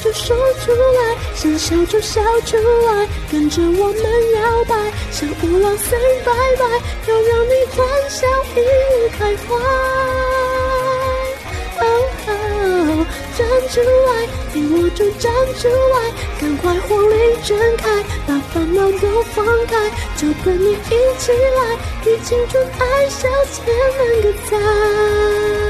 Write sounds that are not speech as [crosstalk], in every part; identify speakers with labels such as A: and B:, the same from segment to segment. A: 出说出来，想笑就笑出来，跟着我们摇摆，像五郎三拜拜，要让你欢笑一路开怀。哦哦，站出来，你我就站出来，赶快火力全开，把烦恼都放开，就跟你一起来，给青春爱笑千万个赞。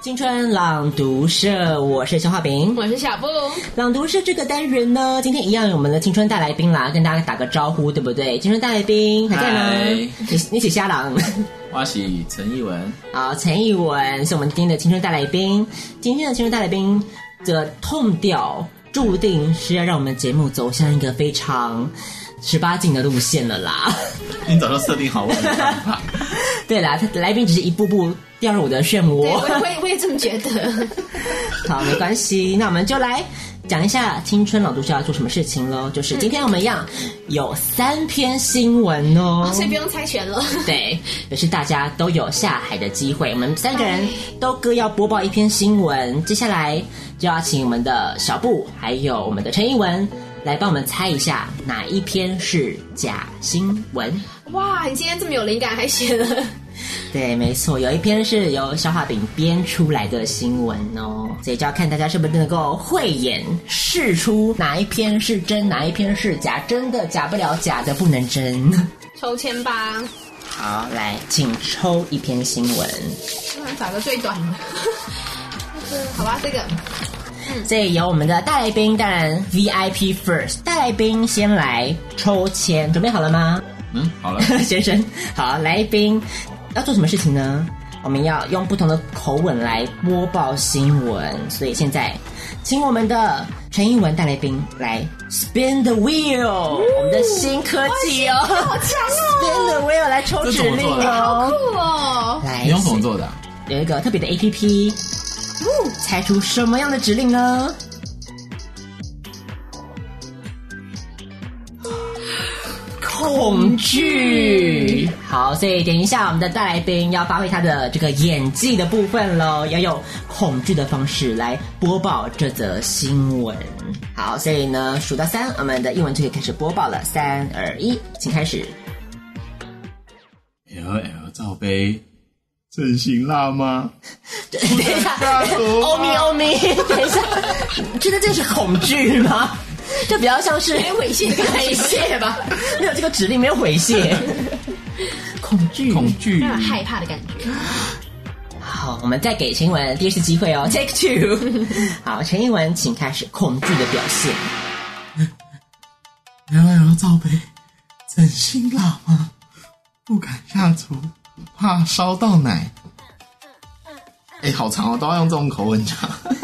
B: 青春朗读社，我是肖化饼。
C: 我是小布，
B: 朗读社这个单元呢，今天一样有我们的青春大来宾啦，跟大家打个招呼，对不对？青春大来宾还在
D: 嗨
B: 吗？你你起瞎朗。
D: 我是陈艺文，
B: [laughs] 好，陈艺文是我们今天的青春大来宾。今天的青春大来宾的痛调，注定是要让我们节目走向一个非常十八禁的路线了啦。 [laughs]
D: 你早就设定好我的想法，
B: 对啦，他来宾只是一步步掉入我的漩
C: 对，
B: 涡
C: 我。也我 [laughs] 也我也这么觉得。
B: 好，没关系，那我们就来讲一下青春朗读社要做什么事情喽。就是今天我们一样有三篇新闻哦
C: 哦，所以不用猜拳了。
B: 对，也是大家都有下海的机会。我们三个人都各要播报一篇新闻，接下来就要请我们的小布还有我们的陈一文来帮我们猜一下哪一篇是假新闻。
C: 哇，你今天这么有灵感，还写了。
B: 对，没错，有一篇是由小画饼编出来的新闻哦，所以就要看大家是不是能够慧眼识出哪一篇是真，哪一篇是假。真的假不了，假的不能真。
C: 抽签吧，
B: 好，来，请抽一篇新闻。
C: 那找个最短的。这 [laughs] 个好吧，这个
B: 这里有我们的大来宾，当然 VIP first，大来宾先来抽签，准备好了吗，
D: [laughs] 嗯，好了，
B: [laughs] 先生？好，来宾要做什么事情呢？我们要用不同的口吻来播报新闻，所以现在请我们的陈英文大来宾来 spin the wheel，、我
D: 嗯
B: 们的新科技哦，好强哦 [laughs] ，spin the wheel 来抽
D: 这
B: 指
D: 怎么
B: 令
D: 做的
B: 哦，
C: 酷哦，
B: 来，
D: 你用怎么做的啊？
B: 有一个特别的 APP，猜出什么样的指令呢？恐惧。好，所以等一下，我们的大来宾要发挥他的这个演技的部分喽，要用恐惧的方式来播报这则新闻。好，所以呢，数到三，我们的英文就可以开始播报了。三二一，请开始。
D: L L 罩杯，整形辣 [laughs] 妈，
B: 等一下，
D: 毒
B: 欧米欧米，等一下，你觉得这是恐惧吗？这比较像是
C: 猥亵感
B: 猥亵吧？没有这个指令，没有猥亵，恐惧。
D: 恐惧
C: 让人害怕的感觉。
B: 好，我们再给陈英文第二次机会哦，Take two。好，陈英文，请开始恐惧的表 [laughs] 现。
D: ，L L 罩杯，整形辣妈，不敢下厨，怕烧到奶。哎、好长哦，都要用这种口吻讲。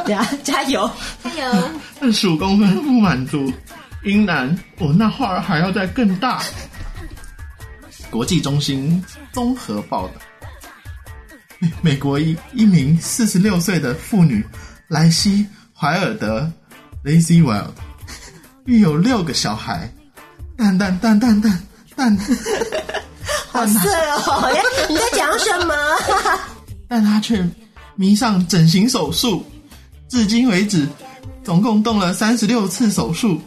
B: 对啊，加油！
C: 加油！
D: 二十五公分不满足，英男，我那画儿还要再更大。国际中心综合报道，美美国一一名四十六岁的妇女莱西·怀尔德 （Lazy Wild） 育有六个小孩，蛋蛋蛋蛋蛋蛋，
B: 好色哦！呀你在讲什 [laughs] 么？
D: 但她却迷上整形手术，至今为止总共动了三十六次手术，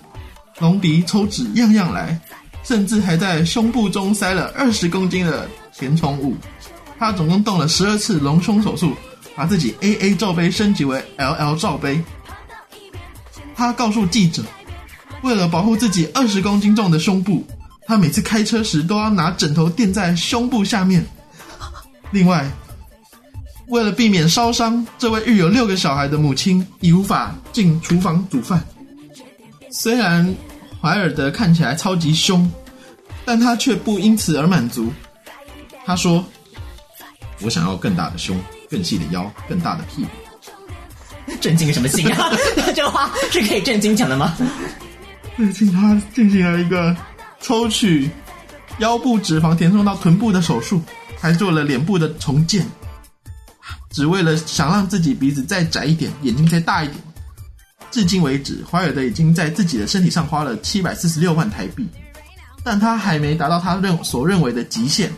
D: 隆鼻、抽脂样样来，甚至还在胸部中塞了二十公斤的填充物。她总共动了十二次隆胸手术，把自己 AA 罩杯升级为 LL 罩杯。她告诉记者，为了保护自己二十公斤重的胸部，他每次开车时都要拿枕头垫在胸部下面。另外，为了避免烧伤，这位育有六个小孩的母亲已无法进厨房煮饭。虽然怀尔德看起来超级凶，但他却不因此而满足。他说：“我想要更大的胸、更细的腰、更大的屁股。”
B: 震惊个什么惊啊？ [laughs] 这话是可以震惊讲的吗？
D: 最近他进行了一个抽取腰部脂肪填充到臀部的手术，还做了脸部的重建，只为了想让自己鼻子再窄一点，眼睛再大一点。至今为止，怀尔德已经在自己的身体上花了七百四十六万台币，但他还没达到他认所认为的极限。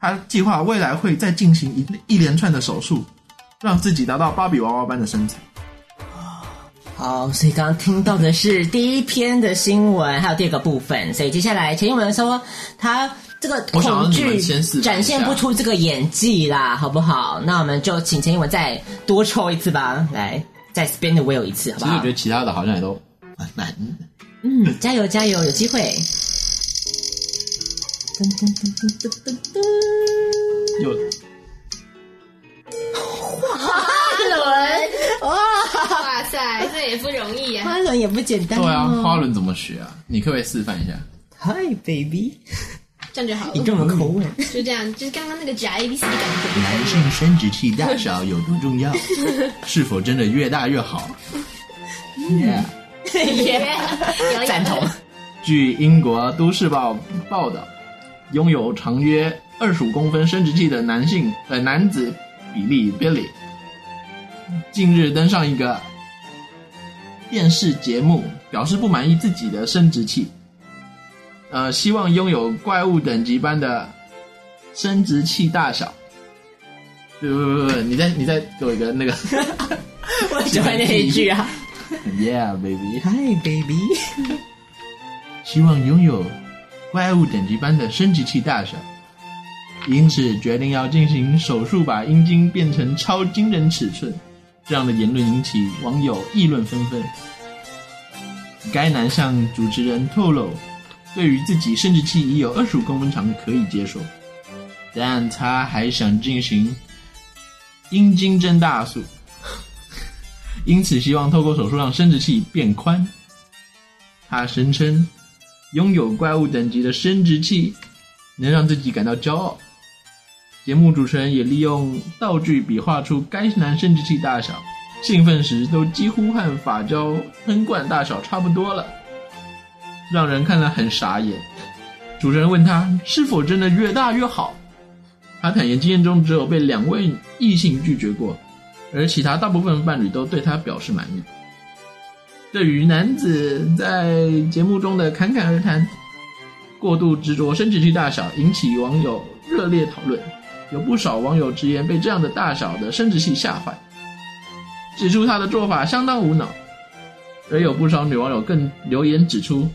D: 他计划未来会再进行一一连串的手术，让自己达到芭比娃娃般的身材。
B: 好，所以刚刚听到的是第一篇的新闻，还有第二个部分。所以接下来陈英文说他这个
D: 我想要
B: 恐
D: 你
B: 惧
D: 们先示范一下
B: 展现不出这个演技啦，好不好？那我们就请陈英文再多抽一次吧，来再 spin the wheel 一次，好不
D: 其实我
B: 好
D: 觉？得其他的好像也都哎蛮难的。
B: 嗯，加油加油，有机会。噔噔噔噔噔噔噔，
D: 有
C: 哇塞，这也不容易呀、
B: 花轮也不简单、
D: 对
B: 哦。
D: 啊，花轮怎么学啊？你可不可以示范一下？
B: Hi baby，
C: 这样就好
B: 你
C: 了。
B: 这么口
D: 嗯
B: 吻。
C: 就这样，就是刚刚那个假 A B C 感觉。
D: 男性生殖器大小有多重要？是否真的越大越好？
C: [laughs] 有有
B: 赞同。
D: 据英国《都市报》报道，拥有长约二十五公分生殖器的男性呃男子比利 Billy，近日登上一个电视节目，表示不满意自己的生殖器，呃，希望拥有怪物等级般的生殖器大小。不不不不，你再你再给我一个那 [laughs] 个
B: 哎我喜欢那一句
D: [laughs]
B: 啊
D: ，Yeah baby。
B: ，Hi baby。
D: 希望拥有怪物等级般的生殖器大小，因此决定要进行手术把阴茎变成超惊人尺寸。这样的言论引起网友议论纷纷。该男向主持人透露，对于自己生殖器已有二十五公分长可以接受，但他还想进行阴茎增大术，因此希望透过手术让生殖器变宽。他声称，拥有怪物等级的生殖器能让自己感到骄傲。节目主持人也利用道具比划出该男生殖器大小，兴奋时都几乎和发胶喷罐大小差不多了，让人看了很傻眼。主持人问他是否真的越大越好，他坦言经验中只有被两位异性拒绝过，而其他大部分伴侣都对他表示满意。对于男子在节目中的侃侃而谈，过度执着生殖器大小，引起网友热烈讨论。有不少网友直言被这样的大小的生殖器吓坏，指出他的做法相当无脑。而有不少女网友更留言指出，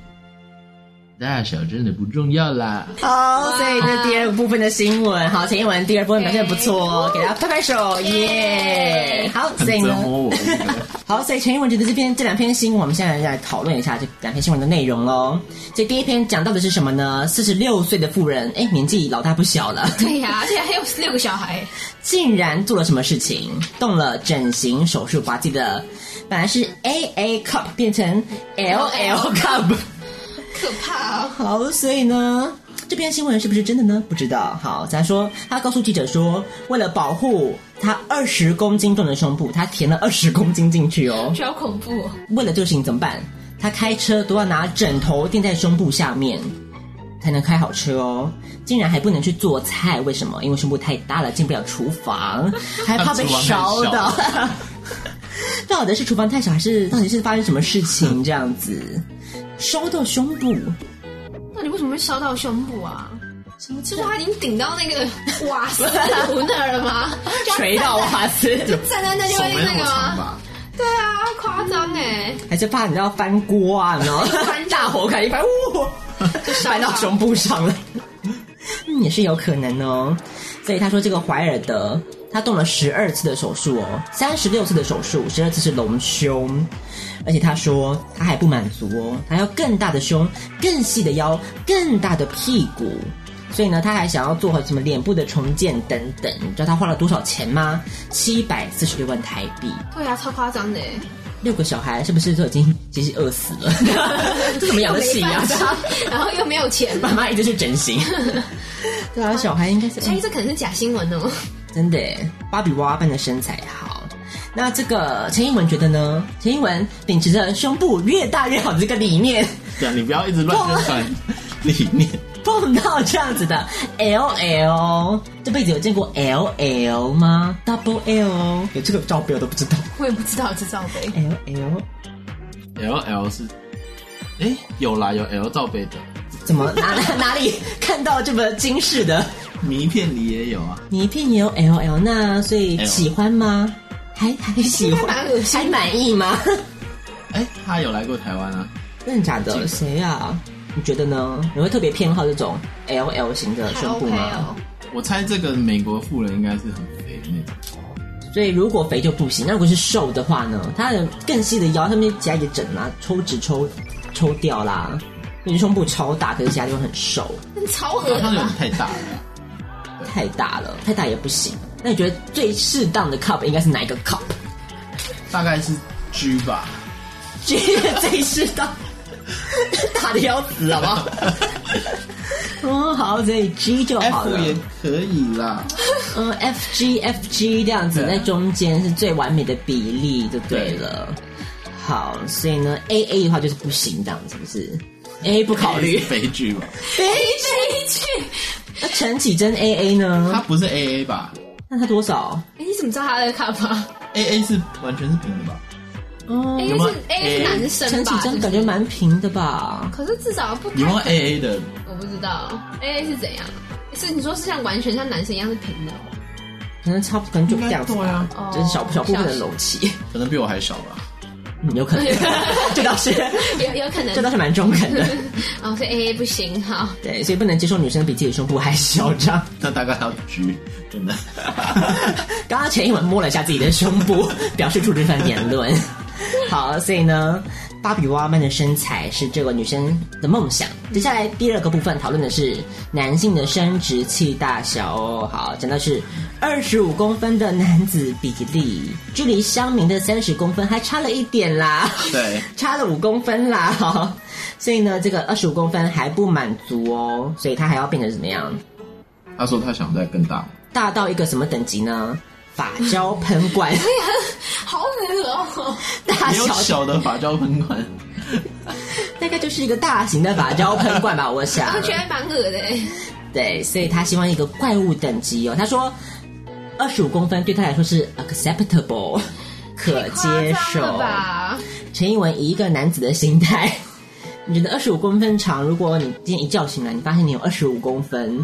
D: 大小真的不重要啦。
B: 好，所以这第二部分的新闻，好，陈英文第二部分表现得不错，给大家拍拍手，耶！好，所以呢，
D: 我，
B: 好，所以陈英文觉得这篇这两篇新闻，我们现在来讨论一下这两篇新闻的内容喽。所以第一篇讲到的是什么呢？四十六岁的妇人，哎，年纪老大不小了，
C: 对呀、而且还有六个小孩，
B: 竟然做了什么事情？动了整形手术，把自己的本来是 A A cup 变成 L L cup。
C: 可怕哦！
B: 好，所以呢，这篇新闻是不是真的呢？不知道。好，咱说，他告诉记者说，为了保护他二十公斤重的胸部，他填了二十公斤进去哦。
C: 好恐怖、哦。
B: 为了这个事情怎么办？他开车都要拿枕头垫在胸部下面才能开好车哦，竟然还不能去做菜，为什么？因为胸部太大了，进不了厨房，还怕被烧到。 [laughs] 到底是厨房太小，还是到底是发生什么事情这样子？烧到胸部，
C: 那你为什么会烧到胸部啊？什么？就是他已经顶到那 [laughs] 个瓦斯炉那儿了吗？就他
B: 垂到瓦斯，
C: 站 [laughs] 在那就会那个吗？
D: 吧？
C: 对啊，夸张哎！
B: 还是怕你知道翻锅啊，你知道吗？
C: 翻
B: 大火开一翻，呜，翻到胸部上了。嗯，也是有可能哦。所以他说，这个怀尔德他动了十二次的手术哦，三十六次的手术，十二次是隆胸，而且他说他还不满足哦，他要更大的胸、更细的腰、更大的屁股。所以呢，他还想要做什么脸部的重建等等，你知道他花了多少钱吗？七百四十六万台币，
C: 对啊，超夸张的耶，
B: 六个小孩是不是都已经其实饿死 [laughs] 了？这怎么养得起
C: 又
B: 啊
C: 没？办法然后又没有钱，
B: 妈妈一直去整形， [laughs] 对啊，小孩应该是
C: 所以这可能是假新闻哦。
B: 真的耶，芭比娃娃般的身材好。那这个陈英文觉得呢？陈英文秉持着胸部越大越好的这个理念，
D: 对啊，你不要一直乱宣传理念。
B: 碰到这样子的 LL，这辈子有见过 LL 吗？Double L 有这个罩杯我都不知道。
C: [laughs] 我也不知道这罩杯，
B: LL
D: L L 是，哎、有啦，有 L 罩杯的，
B: 怎么哪哪哪里看到这么精致的？
D: 迷片里也有啊。
B: 你一片也有 LL，那所以
D: L
B: 喜欢吗？还哎还喜
C: 应该
B: 欢
C: 蛮恶？心
B: 还满意吗？
D: 哎、他有来过台湾啊。
B: [laughs] 真的假的？谁啊？你觉得呢？你会特别偏好这种 L L 型的
C: 还
B: 胸部
C: OK
B: 吗？
C: 哦。
D: 我猜这个美国富人应该是很肥的那种。
B: 所以如果肥就不行，那如果是瘦的话呢？它的更细的腰上面加一个整啦，抽脂抽抽掉啦，所以胸部超大，可是其他地方很瘦，
C: 那超恶
B: 啊
D: 好像
C: 的
D: 有点
C: 吧？
D: 太大了。啊
B: 太大了，太大也不行。那你觉得最适当的 cup 应该是哪一个 cup？G
D: 大概是 G 吧。
B: 最适当，大的要死，好不
D: [laughs]
B: 好？哦，好，所以 G 就好
D: F
B: 了。
D: 也可以啦。
B: 嗯，F G F G 这样子
D: 对，
B: 在中间是最完美的比例就对了。好，所以呢，A A 的话就是不行，这样是不是？A 不考虑
D: [laughs] 肥 G 吧。
C: 哎悲剧。
B: 那陈启真 A A
D: 他
B: 呢？
D: 不是 A A 吧
B: 那他多少？
C: 哎，你怎么知道他的卡吧？
D: ？A A 是完全是平的吧？
B: 哦，
C: A
D: 有吗
C: 哎是 A 是男生吧？
B: 陈启真感觉
C: 就是，
B: 蛮平的吧？
C: 可是至少不太
D: 有没啊有 A A 的？
C: 我不知道 A 是怎样，是你说是像完全像男生一样是平的哦？
B: 可能差不可能就这样子
D: 应该对
B: 吧
D: 啊，
B: 就是小小部分的隆起，
D: 可能比我还小
B: 嗯
D: 吧。
B: 有可能。 [laughs] 这倒是，
C: 有有可能
B: 这倒是蛮中肯的。
C: [laughs] 哦，所以 A A 不行哈。好
B: 对，所以不能接受女生比自己胸部还嚣张。 [laughs]
D: 那大概要 G，真的。
B: 刚刚陈英文摸了一下自己的胸部，表示出这番言论。好，所以呢，芭比娃娃般的身材是这个女生的梦想。接下来第二个部分讨论的是男性的生殖器大小哦。好，讲到是二十五公分的男子比例，距离乡民的三十公分还差了一点啦。
D: 对，
B: 差了五公分啦，哈所以呢，这个二十五公分还不满足哦，所以他还要变成怎么样？
D: 他说他想再更大。
B: 大到一个什么等级呢？发胶喷
C: [laughs]
B: 管
C: 好恶哦！
B: 大
D: 也有
B: 小，
D: 小的发胶喷管。
B: 大概就是一个大型的发胶喷罐吧，我想。
C: [laughs] 我觉得还蛮恶的哎。
B: 对，所以他希望一个怪物等级哦。他说，二十五公分对他来说是
C: [laughs]
B: acceptable，可接
C: 夸
B: 受
C: 张了。吧？
B: 陈一文以一个男子的心态， [laughs] 你觉得二十五公分长，如果你今天一觉醒来，你发现你有二十五公分，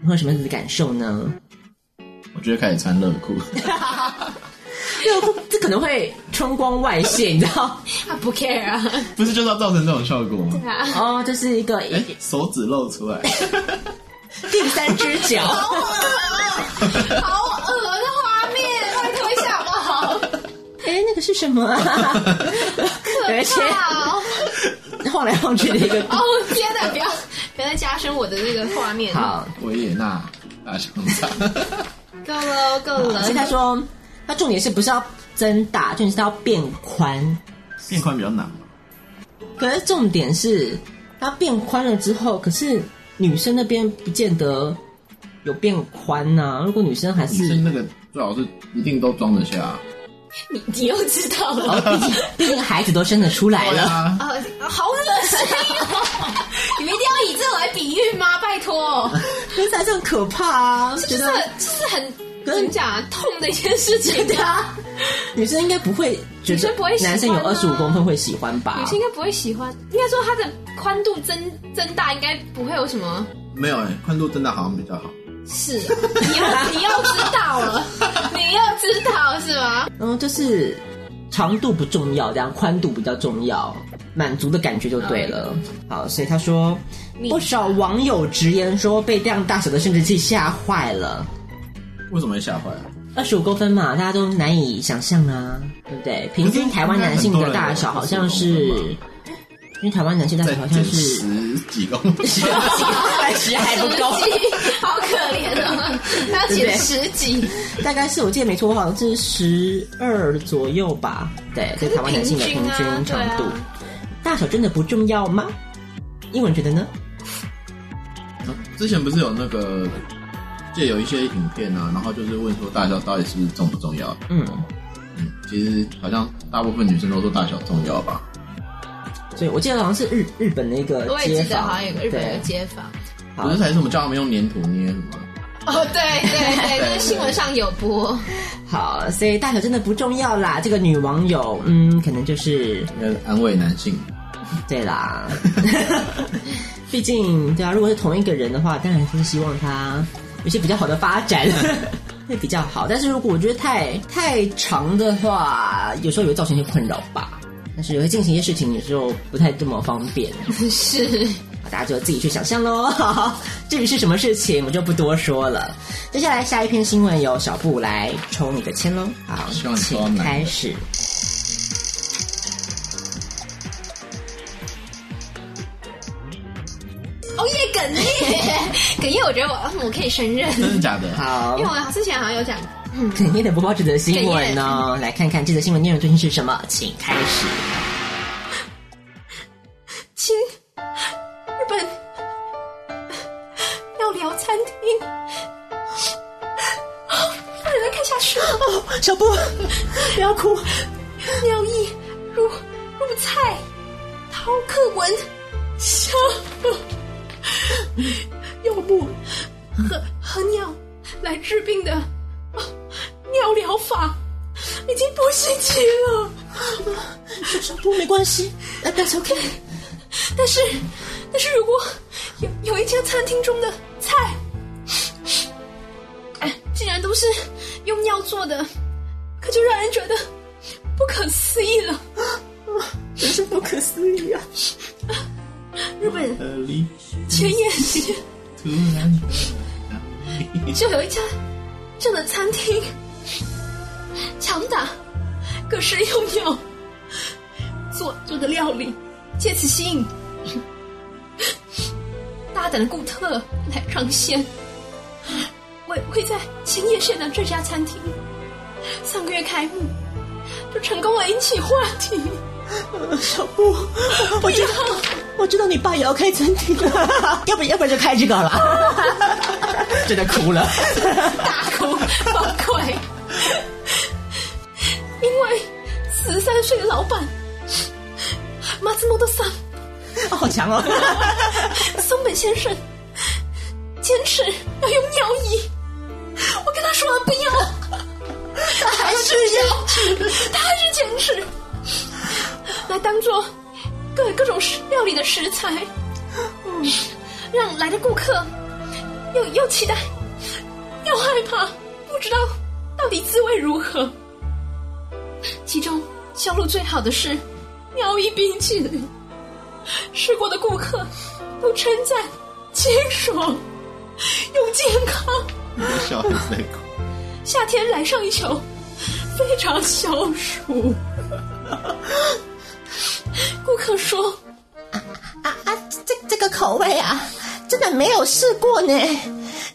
B: 你会有什么样子的感受
C: [laughs]
B: 呢？
D: 我觉得开始穿热
B: [laughs]
D: 裤。
B: 这这可能会春光外泄，你知道？
C: [laughs] 他不 care 啊，
D: 不是就是要造成这种效果吗？
C: 对啊，
B: 哦，这是一个
D: 哎、手指露出来，
B: 第三只脚。
C: [laughs]
B: [laughs]
C: 好恶的画面，拜托一下好不 [laughs] 好？
B: 哎，那个是什么啊？而且
C: 哇哦
B: 晃来晃去的一个。
C: 哦天哪！不要不要再加深我的那个画面，
B: 好，
D: 维也纳啊大胸罩。 [laughs]
C: 够了够了
B: 所以。他说，他重点是不是要增大，重点是他要变宽。
D: 变宽比较难嘛。
B: 可是重点是，它变宽了之后，可是女生那边不见得有变宽啊呐、如果女生还
D: 女生
B: 是，
D: 那个最好是一定都装得下、啊
C: 你你又知道了
B: 哦，毕竟毕竟孩子都生得出来了。 [laughs]
D: 啊，
C: 啊，好恶心 [laughs] 哦！你们一定要以这种来比喻吗？拜托，
B: 这才是很可怕啊！
C: 这
B: 觉
C: 就是
B: 得
C: 这是很
B: 可是
C: 怎么讲啊痛的一件事情啊！
B: 女生应该不会觉得
C: 女生不会喜欢
B: 男
C: 啊
B: 生有二十五公分会喜欢吧
C: [laughs] 女？性应该不会喜欢，应该说它的宽度增增大，应该不会有什么
D: 没有哎、宽度真的好像比较好。
C: 事啊。你要你要知道 [laughs] 了，你要知道是吗？
B: 然后就是长度不重要，这样宽度比较重要，满足的感觉就对了。好，所以他说，不少网友直言说被这样大小的生殖器吓坏了。
D: 为什么会吓坏啊？
B: 二十五公分嘛，大家都难以想象啊，对不对？平均台湾男性的大小好像是，因为台湾男性大
D: 再
B: 小好像
D: 减
B: 是
D: 十几公
B: 十，
D: 斤
B: [laughs] 二十还不够，
C: 好可怜哦， [laughs] 他
B: 对不对
C: 减十几，
B: 大概是我记得没错，我好像是十二左右吧。对，对台湾男性的平均长度，
C: 对啊
B: 大小真的不重要吗？英文觉得呢？
D: 之前不是有那个，就有一些影片啊，然后就是问说大小到底是不是重不重要？
B: 嗯，
D: 嗯，其实好像大部分女生都说大小重要吧。
B: 所以我记得好像是日日本的一个
C: 我也
B: 街
C: 记得
B: 坊，
C: 好像有个日本的
B: 对
C: 街坊。
B: 好
D: 不是还什么叫他们用粘土捏什么？啊
C: 哦，对对 [laughs] 对，那个新闻上有播，
B: 好，所以大小真的不重要啦。这个女网友，嗯，可能就是
D: 那个安慰
B: [laughs]
D: 男性。
B: 对
C: [laughs]
B: 啦，毕竟对啊，如果是同一个人的话，当然是希望他有些比较好的发
C: [laughs]
B: 展。会比较好，但是如果我觉得太太长的话，有时候也会造成一些困扰吧。但是也会进行一些事情，有时候不太这么方便， [laughs]
C: 是
B: 大家就自己去想象喽。 [laughs] 至于是什么事情，我就不多说了。接下来下一篇新闻由小布来抽你的签喽。好，
D: 希望你抽到
B: 请
D: 男的
B: 开始。
C: 哦耶，哽 [laughs] 咽，哽咽，我觉得我我可以胜任，
D: 真的假的？
B: 好，
C: 因为我之前好像有讲
B: 哽咽的播报这则新闻呢、来看看这则新闻内容究竟是什么，请开始。
C: 亲，日本料聊餐厅，不能再看下去了。哦，
B: 小布，
C: 不要哭，尿意入入菜，饕客文香，药木和和尿来治病的、哦尿疗法已经不稀奇了。
B: 小布没关系，来，不要抽
C: OK，但是，但是如果有有一家餐厅中的菜，哎，竟然都是用药做的，可就让人觉得不可思议了。
B: 真是不可思议啊！
C: 日本
D: 呃，离
C: 前野市
D: 突
B: [laughs]
D: 然
C: 就有一家这样的餐厅，强打各式用药做做的料理，借此吸引大胆的顾客来尝鲜。我会在千叶县的这家餐厅上个月开幕，就成功了引起话题。
B: 小布，我知道，我知道你爸也要开餐厅了， [laughs] 要不要不然就开这个 [laughs] 了，真的哭了。
C: 大哭 [laughs] 崩溃，因为十三岁的老板马自摩多桑
B: 哦好强哦！
C: [laughs] 松本先生坚持要用尿衣，我跟他说了不要，他还是坚持，他还是坚持，来当做各各种食料理的食材，嗯，让来的顾客又又期待又害怕，不知道到底滋味如何。其中销路最好的是尿衣冰淇淋。吃过的顾客都称赞清爽又健康，
D: 笑得在哭。
C: 夏天来上一球非常消暑。 [laughs] 顾客说
E: 啊啊，这这个口味啊，真的没有试过呢，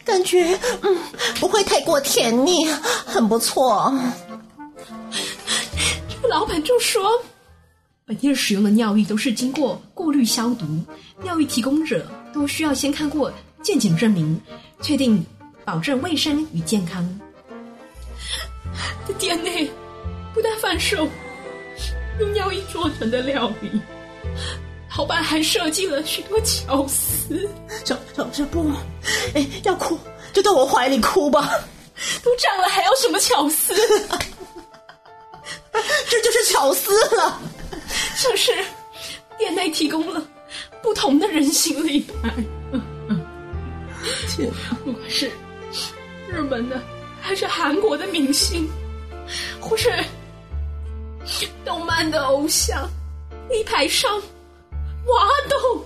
E: 感觉嗯不会太过甜腻，很不错。：“
C: 老板就说，本店使用的尿液都是经过过滤消毒，尿液提供者都需要先看过健检证明，确定保证卫生与健康。”店内不但贩售用尿液做成的料理，老板还设计了许多巧思，
E: 小小小布，哎，要哭就到我怀里哭吧，
C: 都这样了还要什么巧思？
E: 这就是巧思了。
C: 这是店内提供了不同的人形立牌，不管是日本的还是韩国的明星，或是动漫的偶像，立牌上挖洞，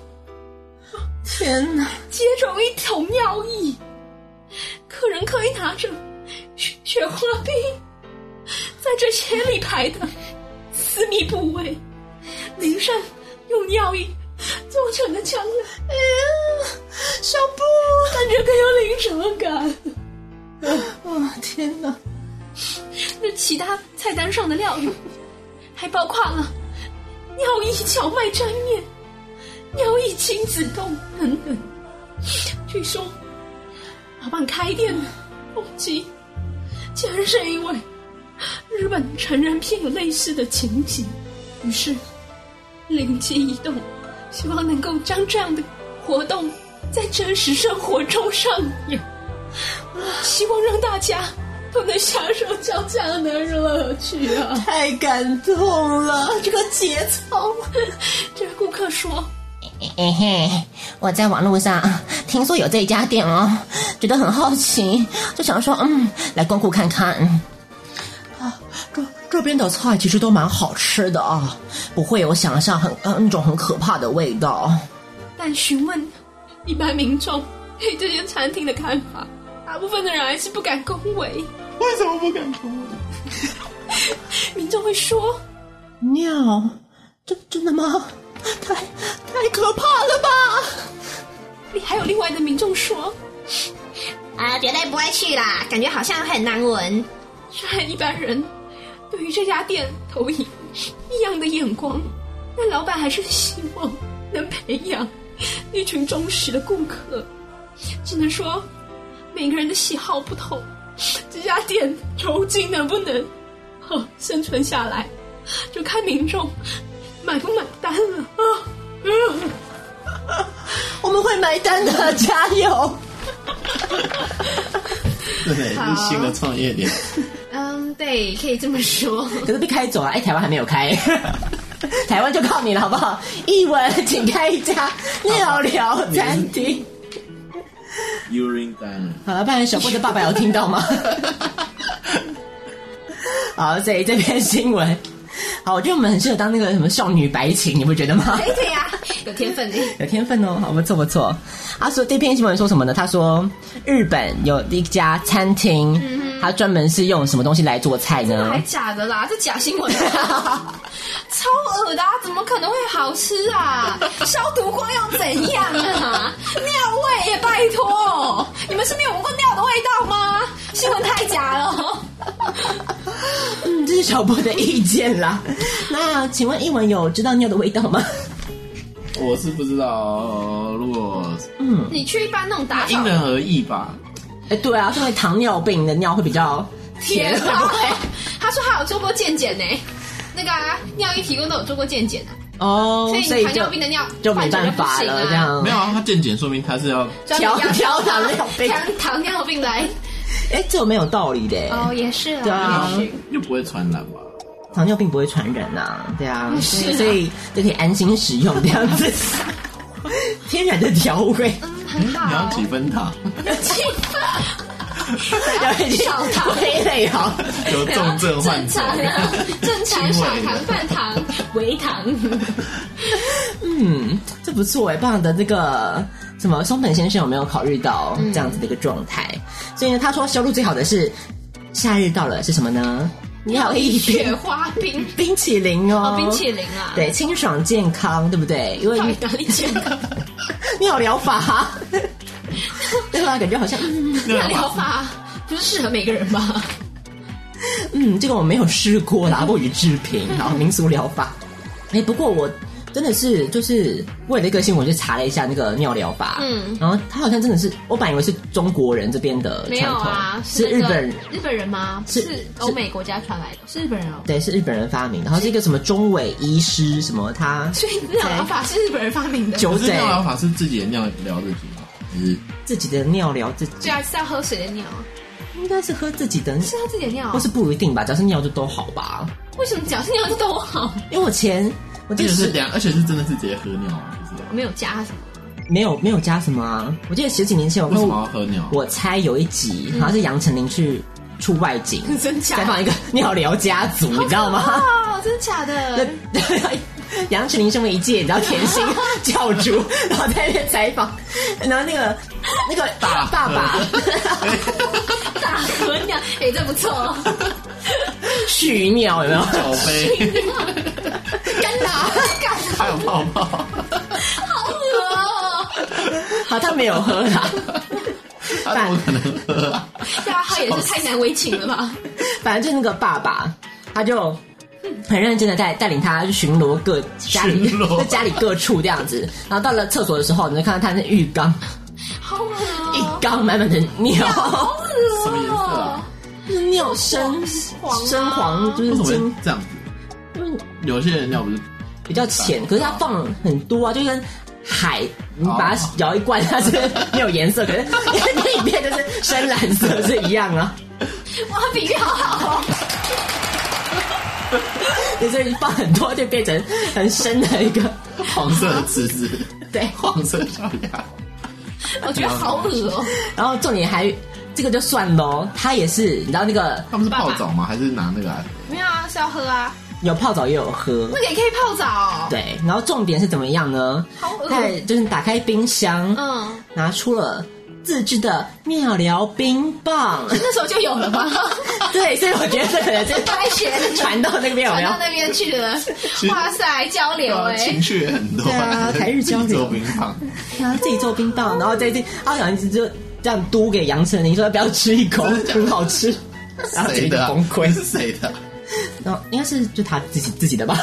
E: 天哪，
C: 接种一桶尿液，客人可以拿着寻
F: 雪花冰在这些里排的私密部位，林上用尿液做成的枪了。哎呀，小布，看着更有临场感。
G: 啊，天哪！
F: 那其他菜单上的料理还包括了尿意荞麦粘面、尿意亲子冻等等。嗯据说老板开店的动机，竟然是因为日本成人片有类似的情节，于是灵机一动，希望能够将这样的活动在真实生活中上演，希望让大家都能享受到这样的乐趣啊！
G: 太感动了，这个节操！
F: 这位顾客说
G: 嘿嘿，哎我在网络上听说有这一家店哦，觉得很好奇，就想说嗯，来光顾看看。啊，这这边的菜其实都蛮好吃的啊，不会有想象很呃那种很可怕的味道。：“
F: 但询问一般民众对这间餐厅的看法，大部分的人还是不敢恭维。
D: 为什么不敢说？
F: [laughs] 民众会说。”
G: 尿，真真的吗？太太可怕了吧！
F: 还有另外的民众说，
C: 啊，绝对不会去啦，感觉好像很难闻。
F: 虽然一般人对于这家店投以异样的眼光，但老板还是希望能培养一群忠实的顾客。只能说，每个人的喜好不同，这家店究竟能不能哦生存下来，就看民众买不买单了啊！嗯
G: 我们会买单的， [laughs] 加油！
D: 对，这是新的创业点。
C: 嗯，对，可以这么说。
B: 可是被开走了，哎，台湾还没有开， [laughs] 台湾就靠你了，好不好？一文，请开一家尿聊餐厅。
D: Urine Diamond，
B: 好了，不然小布的爸爸有听到吗？好，所以这篇新闻，好，我觉得我们很适合当那个什么少女白情，你不觉得吗？
C: 哎，对
F: [laughs]
C: 呀、有天分的。
B: 有天分哦，好不错不错。他说这篇新闻说什么呢？他说日本有一家餐厅，他专门是用什么东西来做菜呢
F: 还？假的啦，这假新闻、 [laughs] 超恶的、啊，怎么可能会好吃啊？消毒过又怎样啊？ [laughs] 尿味也拜托，你们是没有闻过尿的味道吗？新闻太假了。
B: 嗯，这是小波的意见 [laughs] 啦。那请问一文有知道尿的味道吗？
D: 我是不知道，呃如果
F: 你去一般那种打
D: 因人而异吧。
B: 哎，对啊，身为糖尿病的尿会比较
F: [laughs]
B: 甜，会不会？
F: 他说他有做过健检呢，那个、啊、尿液提供都有做过健检啊，
B: [laughs] 哦，所以
F: 糖
B: 就
F: 尿病的尿
B: 就没办法了，这样 [laughs]
D: 没有啊，他健检说明他是要
B: 调调糖尿病，
F: 糖糖尿病来
B: 哎，这有没有道理的？
F: 哦，也是
B: 对
F: 啊，
B: 啊，
D: 又不会传染吧？
B: 糖尿病不会传染呐、对啊，所以所以就可以安心使用这样 [laughs] 子，天然的调味，
D: 你
B: 啊
D: 要几分
B: [laughs]
D: 糖？
B: 要已经 [laughs] 归类好。
D: 有重症患者，
F: [laughs]
B: 啊
F: 正
D: 轻
F: 常少
D: 微的
F: 糖、半糖、微糖。
B: 嗯，这不错哎，棒的这个什么松本先生有没有考虑到
F: 嗯
B: 这样子的一个状态？所以呢，他说销路最好的是夏日到了是什么呢？尿一
F: 雪
B: 点
F: 花冰
B: 冰淇淋哦，
F: 哦，冰淇淋啊，
B: 对，清爽健康，对不对？因为
F: 到底哪里健 [laughs] 康？
B: 尿疗法， [laughs] 对吧？感觉好像嗯
F: 那疗法不是适合每个人吧？
B: 嗯，这个我没有试过
F: [laughs]
B: 啦，过于制品，然后民俗疗法。哎、不过我真的是就是为了一个新闻去查了一下那个尿疗法，嗯，然后他好像真的是，我本来以为是中国人这边的
F: 没
B: 传
F: 有
B: 统，
F: 啊，
B: 是
F: 那
B: 日
F: 个
B: 本人。
F: 日本人吗？
B: 是
F: 是欧美国家传来的，是日本人 [laughs] 哦。
B: 对，是日本人发明的，然后是一个什么中伟医师什么
F: [laughs]
B: 他
F: 所以那疗法是日本人发明的，
B: 纠
D: 不是
B: 正
D: 尿疗法是自己的尿疗自己吗？还是
B: 自己的尿疗自己，
F: 对啊，是要喝谁的尿啊？
B: 应该是喝自己的，
F: 是要自己的尿啊
B: 或？是不一定吧，只要是尿就都好吧。
F: 为什么只要是尿就都好？
B: 因为我前我
D: 而
B: 记
D: 且
B: 得
D: 是
B: 是
D: 两，而且是真的是直接喝尿啊，不知道
F: 我没有加什么，
B: 没有没有加什么啊，我记得十几年前我
D: 为什么要喝尿？
B: 我猜有一集好像是杨丞琳去出外景，
F: 真
B: 采
F: 假？
B: 访一个尿疗家族，你知道吗？ [laughs]
F: [laughs] 哦，真假的？
B: 对，杨丞琳身为一届你知道甜心教主，然后在那边采访，然后那个那个
D: 大
B: 爸爸
C: 大和鸟，哎、这不错、哦。
B: 许鸟有没有？
D: 酒杯，
B: [laughs] 干打。
D: 还有泡泡，
B: 好，他没有喝啦。
D: 他怎么可能
B: [laughs]
D: 喝啊？
C: 对啊，他也是太难为情了吧？
B: 反正就是那个爸爸，他就很认真的带带领他巡逻各家里，
D: 巡逻
B: 在家里各处这样子。然后到了厕所的时候，你就看到他那浴缸，
C: 好恶哦、
F: 啊
B: 一缸满满的尿，
C: 好恶
D: 什么颜色
C: 哦、
D: 啊
B: 就是尿深
C: 黄啊
B: 深黄，就
D: 为
B: 是
D: 什么
B: 金
D: 会这样子？
B: 嗯因为
D: 有些人尿不是
B: 比较
D: 嗯
B: 浅，可是它放很多啊，就跟海，你把它舀一罐，
D: [laughs]
B: 它是没有颜色，可是 [laughs] 里面就是深蓝色是一样啊。
C: 哇，比喻好好
B: [laughs]
C: 哦、
B: 所以放很多就变成很深的一
C: [laughs]
B: 个，
D: 黄色的池子，
B: 对。
D: [laughs] 黄色小鸭，
C: 我觉得好恶哦、
B: 然后重点还这个就算喽，它也是你知道那个
D: 他们是泡澡吗？还是拿那个啊？
C: 没有啊，是要喝啊，
B: 有泡澡也有喝，
C: 那个也可以泡澡。
B: 对。然后重点是怎么样呢
C: 好恶？
B: 那就是打开冰箱，
C: 嗯，
B: 拿出了自制的妙疗冰
C: [laughs]
B: 棒。
C: 那时候就有了
F: [laughs]
C: 吧？
B: 对，所以我觉得这可能是
C: 开学
B: [laughs]
C: 的时候
B: 传到那边有没
C: 传
B: 有
C: 到？那边去了，哇塞，交流
F: 欸
C: 哎、
D: 啊情绪也很多，
B: 欸对啊台日交流
D: 自己 [laughs] 做冰棒，
B: 然后自己做冰棒，然后再这阿小一直就这样嘟给杨丞琳说要不要吃一
C: [laughs]
B: 口，
D: 真的假的
B: 很好吃，然后整
D: 谁
B: 个
D: 的啊
B: 崩溃。
D: 是谁的啊？
B: 然后应该是就他自己自己的吧。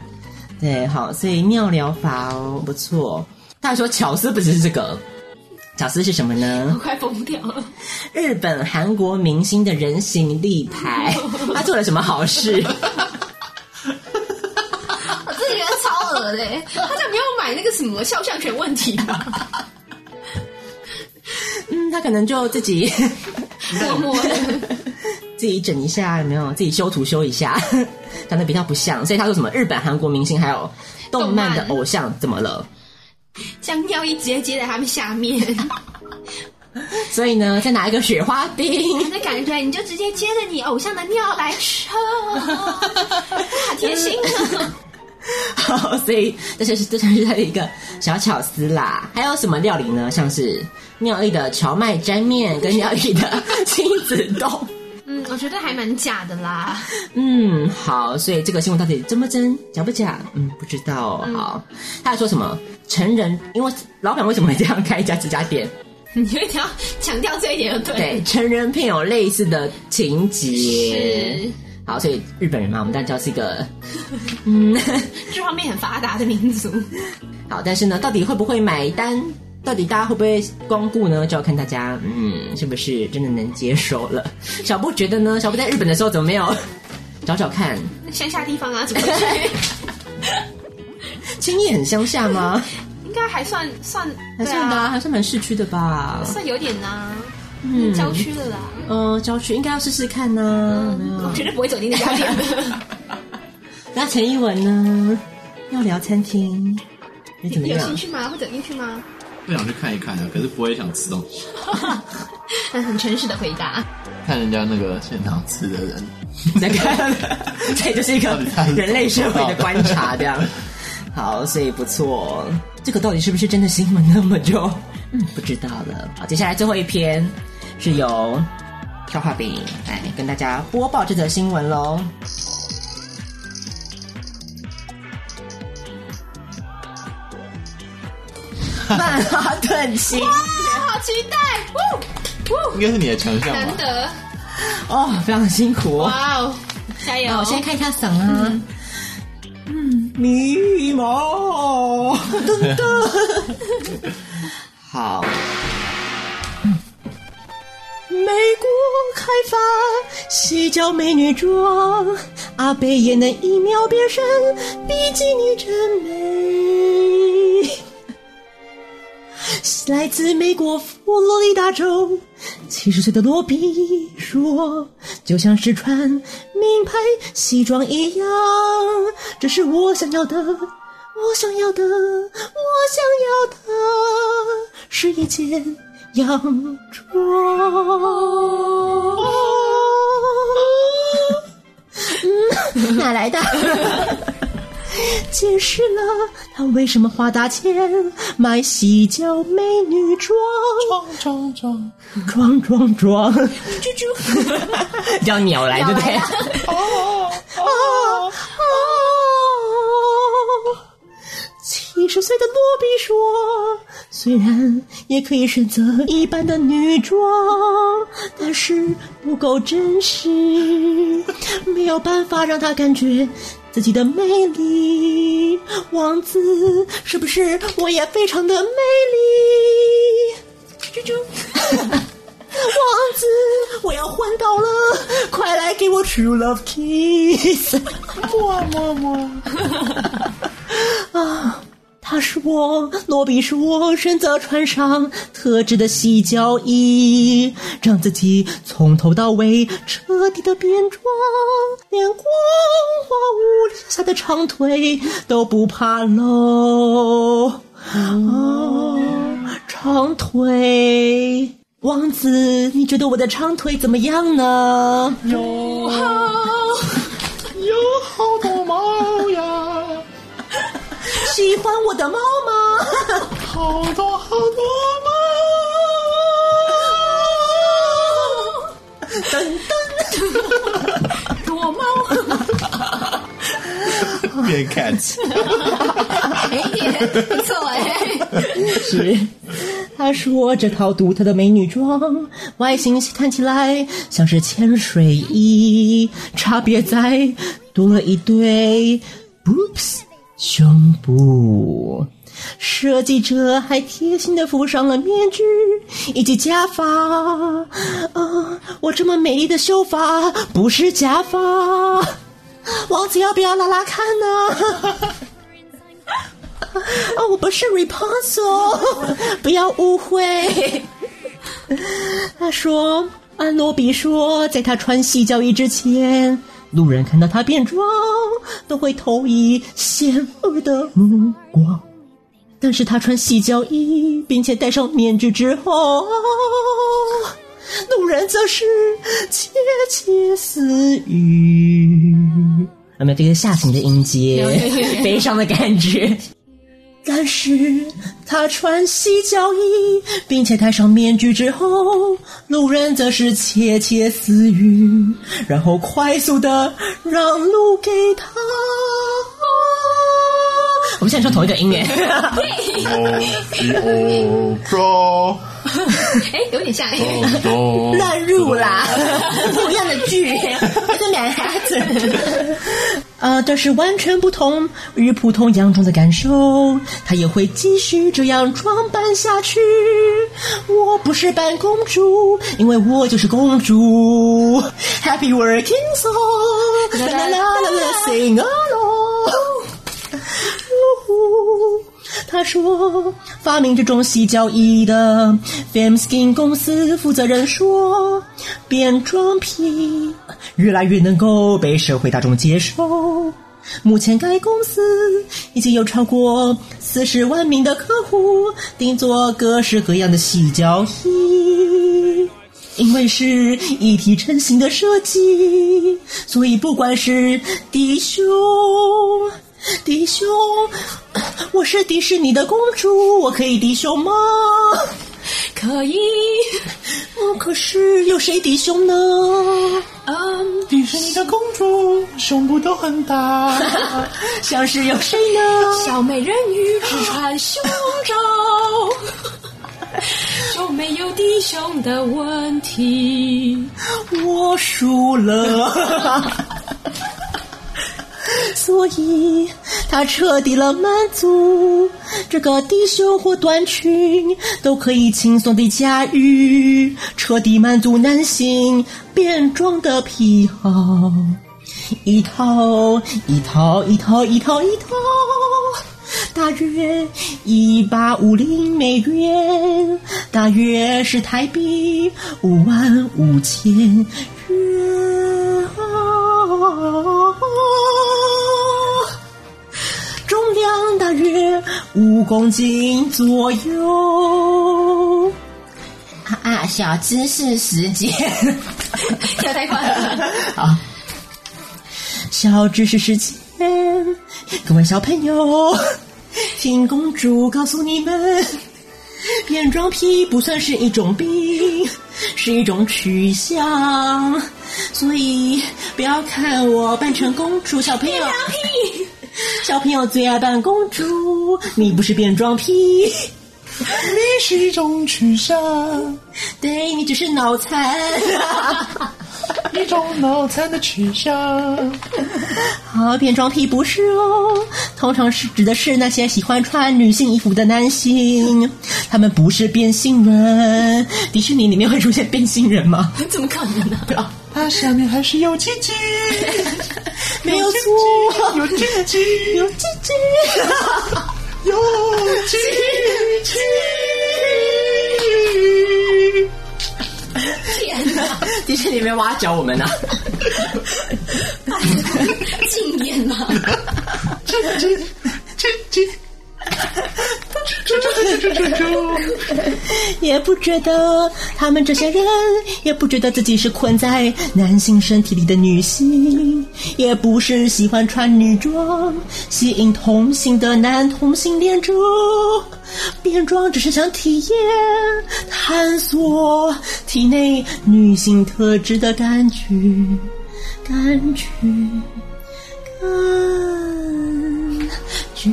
B: [laughs] 对，好，所以尿疗法哦不错。但说巧思不只是这个，巧思是什么
C: 我 [laughs]
B: 呢？
C: 快疯掉
F: [laughs]
C: 了，
B: 日本、韩国明星的人形立牌，他做了什么好事？
C: 我真的觉得超恶的、欸，他怎么没有买那个什么肖像权问题
F: [laughs]
C: 吧？
B: 嗯，他可能就自己
C: [laughs] 默默的，
B: [laughs] 自己整一下，有没有？自己修图修一下， [laughs] 长得比较不像。所以他说什么日本、韩国明星还有动漫的
C: 动漫
B: 偶像怎么了？
C: 将尿液直接接在他们下
F: [laughs]
C: 面，
B: 所以呢，再拿一个雪花钉， [laughs]
C: 那感觉你就直接接着你偶像的尿来
F: [laughs]
C: 抽，好贴心啊！
B: 好，所以这就是这就是它的一个小巧思啦。还有什么料理呢？像是妙丽的荞麦沾面跟妙丽的 [laughs] 亲子冻。
C: 嗯，我觉得还蛮假的啦。
B: 嗯，好，所以这个新闻到底真不真，假不假？嗯，不知道哦。好，他还说什么成人？因为老板为什么会这样开一家这家店？
C: [laughs] 你一定要强调这一点就对
B: 对，成人片有类似的情节。
C: 是
B: 好，所以日本人嘛，我们当然知道是一个 [laughs] 嗯
C: 这方面很发达的民族。
B: 好，但是呢，到底会不会买单？到底大家会不会光顾呢？就要看大家，嗯，是不是真的能接受 [laughs] 了？小布觉得呢？小布在日本的时候怎么没有找找看？
C: 那乡下地方啊，怎么 [laughs] 去？
B: 青叶很乡下吗？
C: 应该还算算
B: 还
C: 对
B: 算吧，
C: 啊，
B: 还算蛮市区的吧。
C: 算有点呐，嗯，郊区的啦。
B: 嗯、郊区应该要试试看呢、有没有
C: 我绝对不会走进那家店 [laughs] 的，
B: 那陈一文呢？要聊餐厅，你怎么
C: 有
B: 样
C: 兴？趣吗？会走进去吗？
D: 就想去看一看啊，可是不会想吃东西。
C: 很很诚实的回答。
D: 看人家那个现场吃的人，
B: [laughs] 在看，这就是一个人类社会的观察，这样。 [laughs] 好，所以不错。这个到底是不是真的新闻呢？我 [laughs] 们就嗯不知道了。好，接下来最后一篇是由跳画饼来跟大家播报这则新闻 [laughs] 喽。曼哈顿星
C: 好期待！呜
D: 应
C: 呜，
D: 该是你的强项
C: 难
D: 吧？
C: 得，
B: 哦，非常辛苦哦。
C: 哇哦，加油！
B: 我先看一下嗓啊。嗯，迷茫，噔噔。好，嗯美国开发西郊美女装，阿贝也能一秒变身，比基尼真美。来自美国佛罗里达州，七十岁的罗比说：“就像是穿名牌西装一样，这是我想要的，我想要的，我想要的，是一件洋装。嗯”哪来的？解释了他为什么花大钱买洗脚美女装，
D: 装装，
B: 装装装，啾 [laughs] 啾，叫鸟来对不对？七十岁的诺比说，虽然也可以选择一般的女装，但是不够真实，没有办法让她感觉自己的魅力。王子，是不是我也非常的美丽？啾啾啾！ [laughs] 王子，我要昏倒了，快来给我 true love kiss！
D: 么么
B: [laughs]
D: 么，
B: 啊他说：“诺比说，选择穿上特制的洗脚衣，让自己从头到尾彻底的变装，连光滑屋下的长腿都不怕喽。哦，长腿，王子，你觉得我的长腿怎么样呢？
D: 有好多猫呀，
B: 喜欢我的猫吗？”
D: 好多好多猫。
F: 躲猫，
D: 变
B: [laughs]
D: cat，
C: 哎不错哎，
B: 他说：“这套独特的美女装外形看起来像是潜水衣，差别在多了一对 boobs 胸部。”设计者还贴心的附上了面具以及假发。啊、我这么美丽的秀发不是假发，王子要不要拉拉看呢？啊，我不是 Rapunzel，不要误会。 [laughs] 他说，安诺比说，在他穿细胶衣之前，路人看到他变装都会投以险恶的目光。但是他穿细胶衣，并且戴上面具之后，路人则是窃窃私语。 [laughs] 那么这个下行的音 [laughs] 阶，悲伤的感觉。但是他穿细脚衣，并且戴上面具之后，路人则是窃窃私语，然后快速的让路给他。我们现在说同一个音耶，
D: 哦西哦
B: [laughs]
D: pro，
C: [laughs] 哎，有点像哎，
D: 哦咚
B: 乱入啦， [laughs] 不一样的剧，是两下子。 [laughs] 呃，这是完全不同与普通洋装的感受，他也会继续这样装扮下去。我不是扮公主，因为我就是公主。Happy working song，啦啦啦啦啦，sing along。呜呼他说，发明这种洗脚衣的 Famskin 公司负责人说，变装癖越来越能够被社会大众接受。目前该公司已经有超过四十万名的客户定做各式各样的洗脚衣。因为是一体成型的设计，所以不管是迪兄，迪兄，我是迪士尼的公主，我可以迪兄吗？
F: 可以，
B: 哦，可是有谁迪兄呢？
F: 嗯，
D: 迪士尼的公主胸部都
B: [laughs]
D: 很大，
B: 像是有谁呢？
F: 小美人鱼只穿胸罩，
C: [laughs]
F: 就没有低胸的问题。
B: 我输了， [laughs] 所以他彻底了满足，这个低胸或短裙都可以轻松地驾驭，彻底满足男性变装的癖好。一套一套一套一套一套，大约一八五零美元，大约是台币五万五千元啊。重量大约五公斤左右。啊啊！小知识时间。
C: [laughs] 跳太快了，
B: 小知识时间，各位小朋友， [laughs] 听公主告诉你们，变装癖不算是一种病，是一种取向。所以不要看我扮成公主，小朋友， [laughs] 小朋友最爱扮公主，你不是变装癖，
D: 你是一种取向，
B: [laughs] 对你只是脑残。
D: 一种脑残的取向。
B: 好，变装癖不是哦，通常是指的是那些喜欢穿女性衣服的男性，他们不是变性人。迪士尼里面会出现变性人吗？
C: 怎么可能呢、啊？
D: 它下面还是有鸡鸡，
B: [laughs] 没有错，
D: 有鸡鸡，
B: 有鸡鸡，
D: 有鸡鸡。
B: [laughs]
C: 天哪，
F: 迪士尼里面挖角我们
B: 啊
F: 呢、
C: 禁言了！
B: 也不觉得他们这些人也不觉得自己是困在男性身体里的女性，也不是喜欢穿女装吸引同性的男同性恋者。变装只是想体验、探索体内女性特质的感觉，感觉，感觉。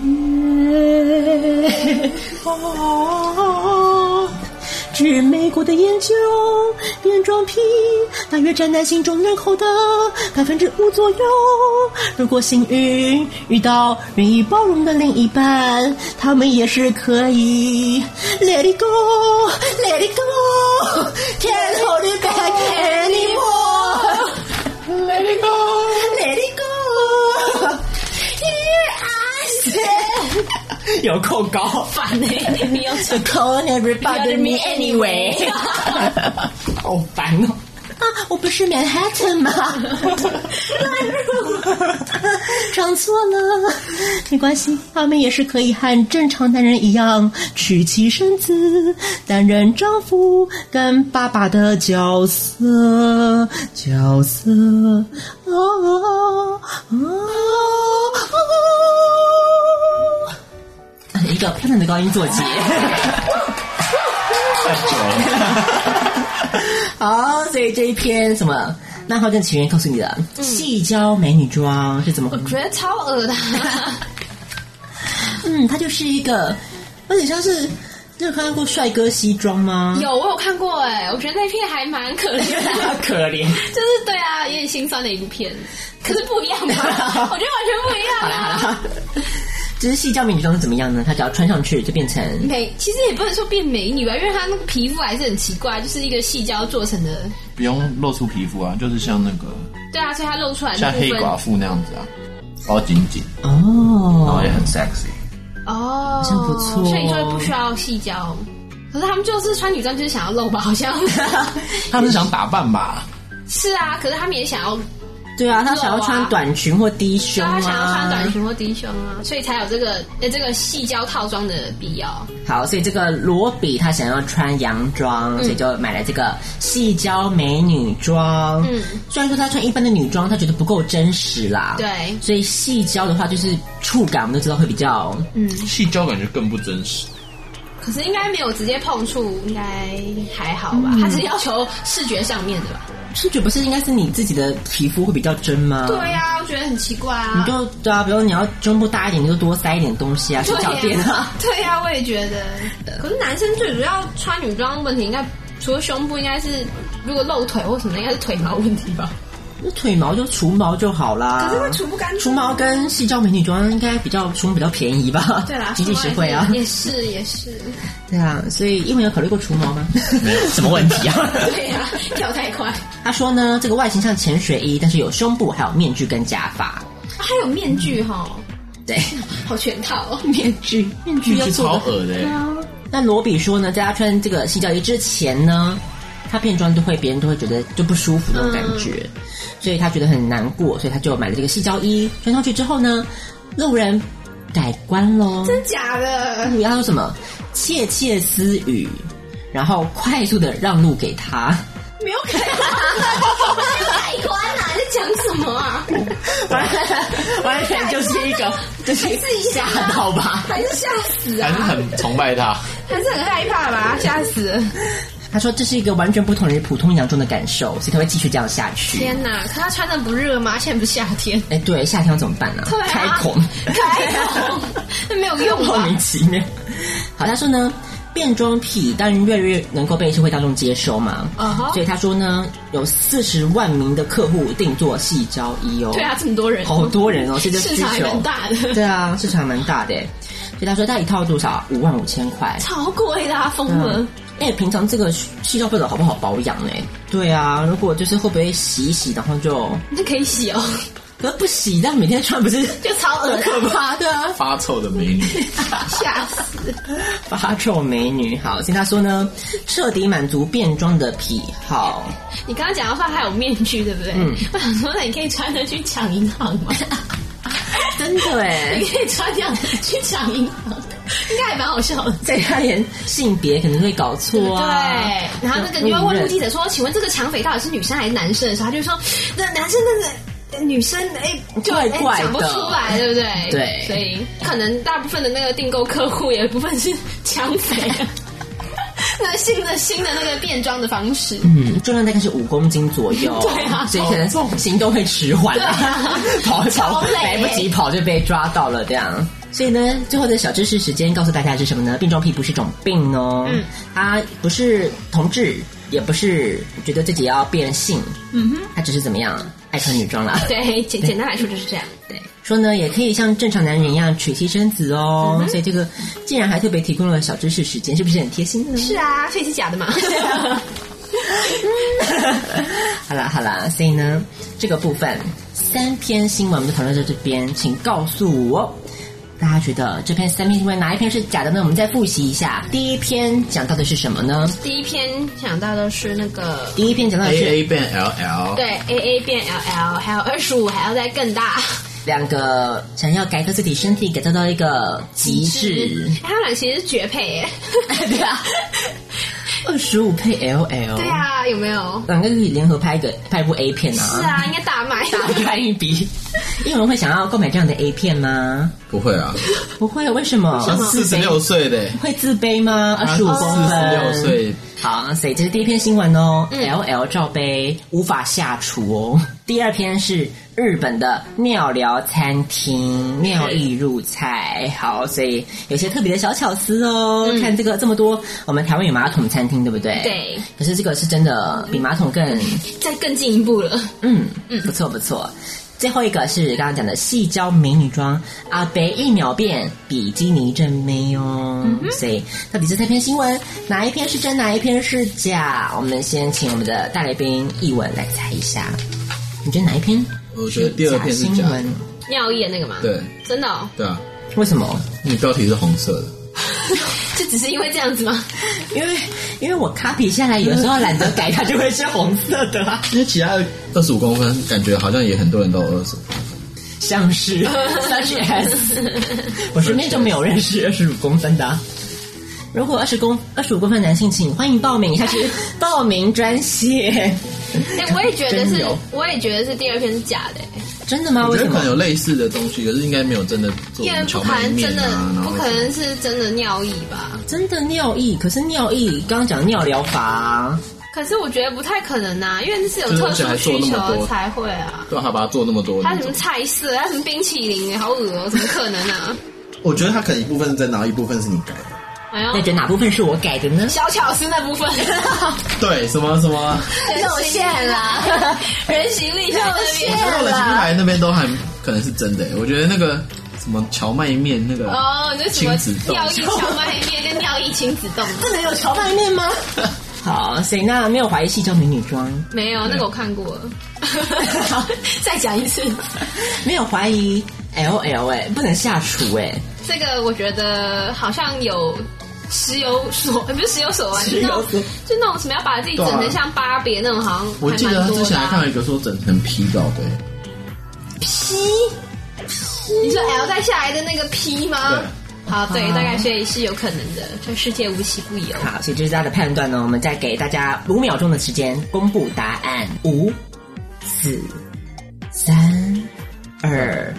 B: 哦，据美国的研究，变装癖大约占男性总人口的百分之五左右。如果幸运遇到愿意包容的另一半，他们也是可以 Let it go, Let it go, can't hold it back anymore,
D: Let it go，
B: Let it go, here I stand.
F: 有够高，
C: 烦
D: [laughs]
C: 呢、不要
B: Call everybody me anyway
D: [laughs]
F: 好
D: Oh,
F: 烦哦！
B: 啊，我不是 Manhattan 吗？讲错了，没关系，他们也是可以和正常男人一样娶妻生子，担任丈夫跟爸爸的角色，角色。哦哦哦哦！
F: 哎一个漂亮的高
B: [laughs]
F: 音做结，好，所以这一篇什么？那号跟起源告诉你的细胶美女装是怎么回事？
C: 觉得超 [laughs] 恶的，
B: 嗯，它就是一个，有点像是，你有看过帅哥西装吗？
C: 有我有看过哎、我觉得那片还蛮可怜的，
F: 可 [laughs] 怜，
C: 就是对啊，有点心酸的一 [laughs] 片，可是不一 [laughs] 样吧？我觉得完全不一样啊！
F: 只是细胶美女装是怎么样呢？它只要穿上去就变成
C: 美，其实也不能说变美女吧，因为她那个皮肤还是很奇怪，就是一个细胶做成的。
D: 不用露出皮肤啊，就是像那个
C: 对啊，所以它露出来的
D: 像
C: 部
D: 黑
C: 分
D: 寡妇那样子啊，包紧紧，然
F: 哦
D: 后也很 sexy。
C: 哦，
F: 像不错哦
C: 所以就不需要细胶。可是他们就是穿女装，就是想要露吧，好 [laughs] 像
D: 他们想打扮吧？
C: 是啊。可是他们也想要，
F: 对啊，她想要穿短裙或
C: 对
F: 低胸
C: 啊，
F: 啊，
C: 想要穿短裙或低胸啊，所以才有这个呃这个细胶套装的必要。
F: 好，所以这个罗比他想要穿洋
C: 嗯
F: 装，所以就买了这个细胶美女装。
C: 嗯，
F: 虽然说他穿一般的女装，他觉得不够真实啦。
C: 对
F: 所以细胶的话就是触感，我们都知道会比较
D: 细胶感觉更不真实。
C: 可是应该没有直接碰触，应该还好吧？他只是要求视觉上面的吧？
F: 视觉不是应该是你自己的皮肤会比较真吗？
C: 对。呀、啊，我觉得很奇怪
F: 你
C: 啊。
F: 就对啊，比如你要胸部大一点，你就多塞一点东西啊，去
C: 对
F: 脚垫
C: 呀 [laughs]
F: 啊，，
C: 对呀、我也觉得。可是男生最主要穿女装的问题，应该除了胸部，应该是如果露腿或什么的，应该是腿毛问题吧？
F: 那腿毛就除毛就好啦。
C: 可是它除不干净啊
F: 除毛跟细胶美女装应该比较除毛比较便宜吧？
C: 对啦，
F: [laughs] 经济实惠啊。
C: 也是也是，
F: 对啊，所以英文有考虑过除毛吗？ [laughs] 没有，什么问
D: [laughs]
F: 题啊？
C: 对呀、跳太快，
F: 他说呢，这个外形像潜水衣，但是有胸部，还有面具跟假发。
C: 还有面具哈、 [laughs]
F: 对，
C: 好全套哦。
F: 面具，面具要
D: 是
F: 做
D: 超
F: 的。
D: 恶的欸，
F: 那罗比说呢，在他穿这个细胶衣之前呢，他变装都会别人都会觉得就不舒服那种感觉，所以他觉得很难过，所以他就买了这个细胶衣，穿上去之后呢，路人改观喽。
C: 真假的？
F: 你要说什么窃窃私语，然后快速的让路给他。
C: 没有可能，太宽了，你在讲
H: 讲什么
F: [laughs]
H: 啊？
B: 完完全就是一个，就是吓到吧。
C: 还是吓死
D: 还
C: 啊，
D: 是很崇拜他。
C: 还是很害怕吧，吓死了！
B: 他说这是一个完全不同于普通洋装的感受，所以他会继续这样下去。
C: 天哪，可他穿的不热吗？现在不是夏 [laughs] 天，
B: 哎，对，夏天要怎么办呢、
C: 对啊
B: 开孔，
C: 开口那没有用
B: 莫
C: 吧？
B: 名其妙。好，他说呢，变装癖当然越来越能够被社会大众接受嘛。
C: 啊哈
B: 所以他说呢，有四十万名的客户定做细招衣哦。
C: 对啊，这么多人，
B: 好多人哦，这个需
C: 市场还
B: 求
C: 蛮大的
B: 对啊，市场还蛮大的耶。所以他说他一套多少？五万五千块。
C: 超贵的、啊，疯了！
B: 嗯，哎、平常这个细照不者好不好保养呢？对啊，如果就是会不会洗一洗，然后就
C: 你就可以洗哦，
B: 可是不洗，但每天穿不是
C: 就超恶
B: 很可怕的、啊。
D: 发臭的美女，
C: 吓死！
B: 发臭美女，好，听他说呢，彻底满足变装的癖好。
C: 你刚刚讲的话还有面具，对不对？
B: 嗯
C: 我想说，那你可以穿着去抢银行吗？
B: [laughs]
C: [laughs]
B: 真的哎
C: 你，可以穿这样去抢银行，应该还蛮好笑的。
B: [laughs] 在他连性别可能会搞错啊。
C: 对，然后那个你会问目击者说：“请问这个抢匪到底是女生还是男生？”的时候，他就说：“那男生那个。”女生哎、就
B: 怪
C: 哎
B: 怪的
C: 讲不出来，对不对？
B: 对
C: 所以可能大部分的那个订购客户，有一部分是抢匪， [laughs] 那新的新的那个变装的方式。
B: 嗯，重量大概是五公斤左右，
C: 对啊
B: 所以可能行动会迟缓啊， [laughs] 跑一跑
C: 超累
B: 来不及跑就被抓到了这样。所以呢，最后的小知识时间告诉大家是什么呢？变装癖不是一种病哦，嗯，它不是同志，也不是觉得自己要变性，嗯哼，它只是怎么样爱穿女装啦。
C: 对，简简单来说就是这样。
B: 对，说呢也可以像正常男人一样娶妻生子哦。所以这个竟然还特别提供了小知识时间，是不是很贴心呢？
C: 是啊，所以是假的嘛。
B: [laughs] 好啦好啦，所以呢，这个部分三篇新闻我们就讨论到这边，请告诉我。大家觉得这篇三篇新闻哪一篇是假的呢？我们再复习一下。第一篇讲到的是什么呢？
C: [laughs] 第一篇想到的是那个
B: 第一篇讲到的
D: A
B: 啊是
D: A 变 L L，
C: 对 A A 变 L L，还有二十五还要再更大。
B: 两个想要改造自己身体，改造到一个极致，
C: [laughs] 他们俩其实是绝配耶。
B: [laughs] 对啊，二十五配 LL，
C: [laughs] 对，啊，有没有？
B: 两个可以联合拍一个拍一部 A 片啊，
C: 是
B: [laughs]
C: 啊，应该大卖。
B: 大开一笔。有人会想要购买这样的 A 片吗？
D: 不会啊，
B: 不会，为什么？
D: 四十六岁的，欸
B: 会自卑吗？二十五公啊分，
D: 啊四十六。岁，嗯
B: 好，所以这是第一篇新闻哦。L L 罩杯无法下厨哦。第二篇是日本的尿疗餐厅妙意入菜，好，所以有些特别的小巧思哦。
D: 嗯
B: 看这个这么多，我们台湾有马桶餐厅，对不对？
C: [laughs] 对。
B: 可是这个是真
D: 嗯
B: 的比马桶更
C: 再更进一步了，
B: 嗯，不错不错。最后一个是刚刚讲的细胶美女装，阿北一秒变比基尼正妹哦。
D: 嗯
B: 所以到底这三篇新闻哪一篇是真，哪一篇是假？我们先请我们的大来宾译文来猜一下，你觉得哪一篇？
D: 我觉得呃第二篇是
B: 新
D: 假的
B: 闻，
C: 尿液那个嘛。
D: 对
C: 真的哦，
D: 对啊，
B: 为什么？
D: 因为标题是红色的，
C: 就只是因为这样子吗？
B: 因为因为我 copy 下来，有时候懒得改，它就会是红色的啊，
D: [laughs] 因为其他二十五公分感觉好像也很多人都有二十，
B: 像 [laughs] 是 such as，我 [laughs] 身边就没有认 [laughs] 识二十五公分的啊、如果二十公二十五公分男性，请欢迎报名，他是 [laughs] 报名专线。
C: [laughs] 哎，我也觉得
B: 真
C: 是
B: 有，
C: 我也觉得是第二篇是假的，哎
B: [laughs] 真的吗？
D: 我
B: 为
D: 觉
B: 什
D: 得
B: 么
D: 可能？有类似的东西，可是应该没有真的做
C: 第二
D: 荞
C: 不可
D: 麦
C: 能
D: 面
C: 真的
D: 啊，然，
C: 不
D: 后
C: 可能是真的尿意吧？
B: 真的尿意，可是尿意刚刚讲尿疗法、啊，
C: 可是我觉得不太可能啊，因为那是有
D: 就是
C: 特
D: 而且
C: 殊
D: 还做
C: 需
D: 那么
C: 求
D: 多
C: 才会啊。
D: 对啊，他把它做那么多，
C: 还有什么菜色，还有什么冰淇淋，哎好恶哦、怎么可能啊？
I: 我觉得他可能一部分是真的，然后一部分是你改的。
C: 哎
B: 那
C: 呦，
B: 觉得哪部分是我改的呢？
C: 小巧思那部 [laughs] 分，
D: 对什么什么，
C: 露馅啦， [laughs] 人形立牌那
D: 我觉
C: 边。
D: 得冷心牌那边都还可能是真的，我觉得那个什么荞麦面那个
C: 哦，你什么
D: 亲子冻
C: 尿意荞麦面跟尿意亲子冻？
B: 这能有荞麦面吗？ [laughs] 好，谁那没有怀疑系叫美女 [laughs] 装，
C: [laughs] 没有，那个我看过了。再
B: [laughs]
C: 讲一次，
B: 没有怀疑 L L 哎、不能下厨哎、
C: 这个我觉得好像有石油所，呃不是石油所啊，就那种
B: 石油所
C: 就那种什么要把自己整
D: 对
C: 的
D: 啊
C: 像芭比那种，好像
D: 我记
C: 还
D: 得
C: 蛮
D: 之
C: 多
D: 前
C: 的
D: 还看
C: 啊。
D: 到一个说整成皮搞的，
C: 你说 L 带下来的那个 P 吗？
D: 对
C: 好，对，大概所以是有可能的。这世界无奇不
D: [laughs]
C: 有。
B: 好，所以这是大家的判断呢。我们再给大家五秒钟的时间公布答案，五、四、三、二、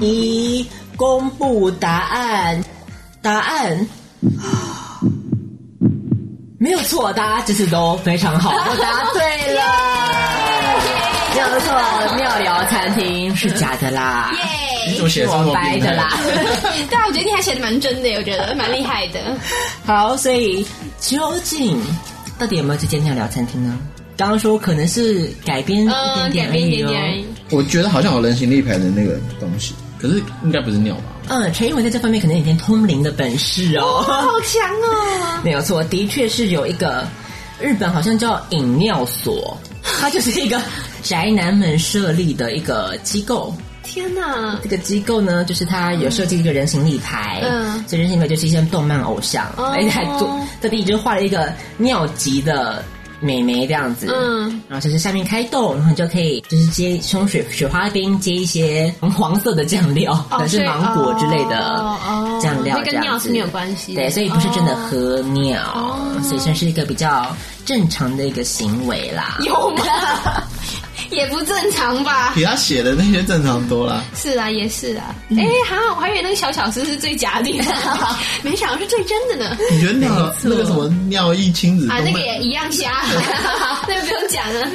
B: 一，公布答案。答案没有错，大家这次都非常好，都答对了。没有错，妙聊餐厅是假的啦，
I: 你怎么写这
B: 我
I: 么
B: 掰
I: 变
B: 的
I: 态
B: 啦。
C: 对啊，我觉得你还写的蛮真的，我觉得蛮厉害
D: [laughs]
C: 的。
B: 好，所以究竟到底有没有这间妙聊餐厅呢？刚刚说可能是改编一
C: 嗯，
B: 点点
C: 改
B: 而
C: 变一
B: 已
C: 点
B: 哦。
C: 点而已。
I: 我觉得好像有人形立牌的那个东西，可是应该不是尿吧？
B: 嗯，陈英文在这方面可能有点通灵的本事哦，
C: 好强哦！
B: 没有错，的确是有一个日本好像叫饮尿
C: [laughs]
B: 所，它就是一个宅男们设立的一个机构。
C: 天哪！
B: 这个机构呢，就是它有设计一个人形立牌，
C: 嗯
B: 所以人形立牌就是一些动漫偶像，
C: 哦
B: 而且还做特地就画了一个尿急的美眉这样子，
C: 嗯，
B: 然后就是下面开洞，然后你就可以就是接冲雪雪花冰，接一些黄色的酱料，可能是
C: 所以
B: 芒果之类的
C: 哦哦
B: 酱料
C: 那
B: 这
C: 跟
B: 样
C: 尿
B: 子，
C: 是没有关系的
B: 对，所以不是真的喝尿，
C: 哦
B: 所以算是一个比较正常的一个行为啦。
C: 有吗？ [laughs] 也不正常吧？
I: 比他写的那些正常多啦。
C: 是啊，也是啊。哎、好，我还以为那个小巧思是最假 [laughs] 的，没想到是最真的呢。
I: 你觉得尿那个什么尿意亲子
C: 啊，那
I: 动 [laughs]
C: 个也一样 [laughs] 瞎，那个不用讲了。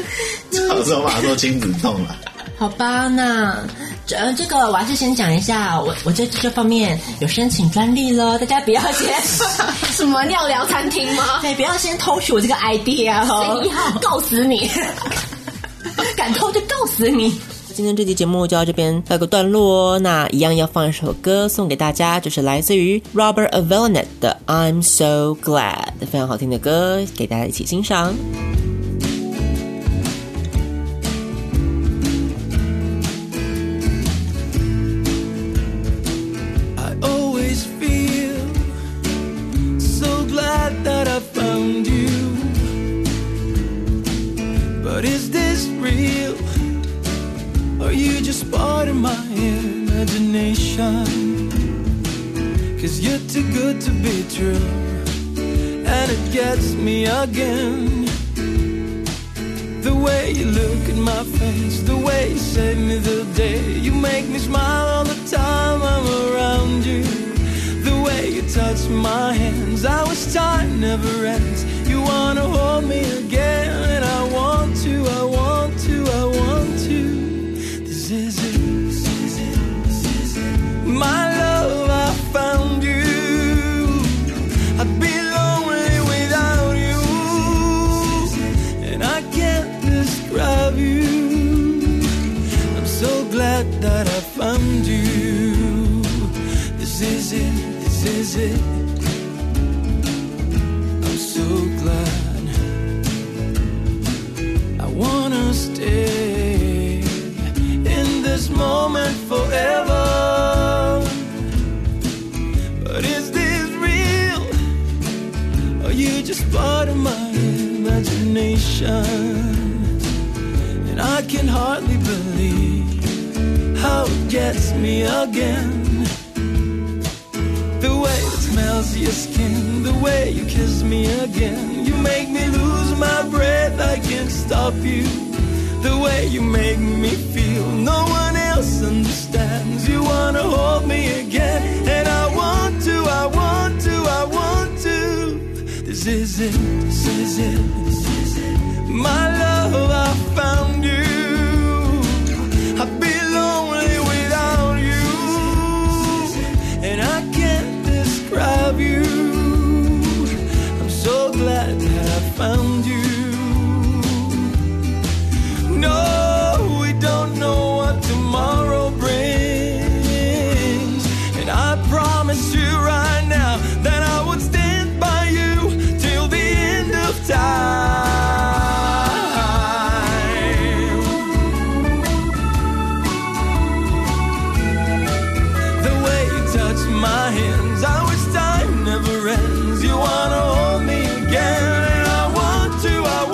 I: 小时候把它做亲子痛了，
B: 好吧，那这呃这个我还是先讲一下，我我在这方面有申请专利了，大家不要先。 [laughs]
C: 什么尿聊餐厅吗？
B: 对，不要先偷取我这个 idea
C: 哎
B: 哦，
C: [laughs]
B: 告死你！敢偷就告死你！今天这期节目就到这边告一个段落哦。那一样要放一首歌送给大家，就是来自于 Robert Avellaned 的《I'm So Glad》，非常好听的歌，给大家一起欣赏。
J: I always feel so glad that I found you. But is this real? Are you just part of my imagination? Cause you're too good to be true, and it gets me again. The way you look in my face, the way you save me the day, you make me smile all the time I'm around you. The way you touch my hands, I wish time never ends. You wanna hold me again, and I want to, I want to, I want to. This is it. This is it. This is it. My love, I found you. I'd be lonely without you, and I can't describe you. I'm so glad that I found you. This is it, this is it. I'm so glad I wanna stay in this moment forever. But is this real? Are you just part of my imagination? And I can hardly believe how it gets me again. The way it smells your skin, the way you kiss me again. You make me lose my breath, I can't stop you. The way you make me feel, no one else understands. You wanna hold me again, and I want to, I want to, I want to. This is it, this is it, this is it. My love, I found you. I'd be lonely without you, and I can't describe you. I'm so glad that I found you. No, we don't know what tomorrow brings, and I promise you right now that I would stand by you till the end of time. The way you touch my hands, I wish time never ends. You wanna hold me again, and I want to, I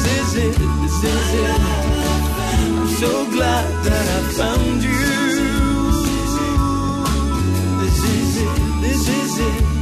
J: is it? I'm so glad that I found you. This is it. This is it.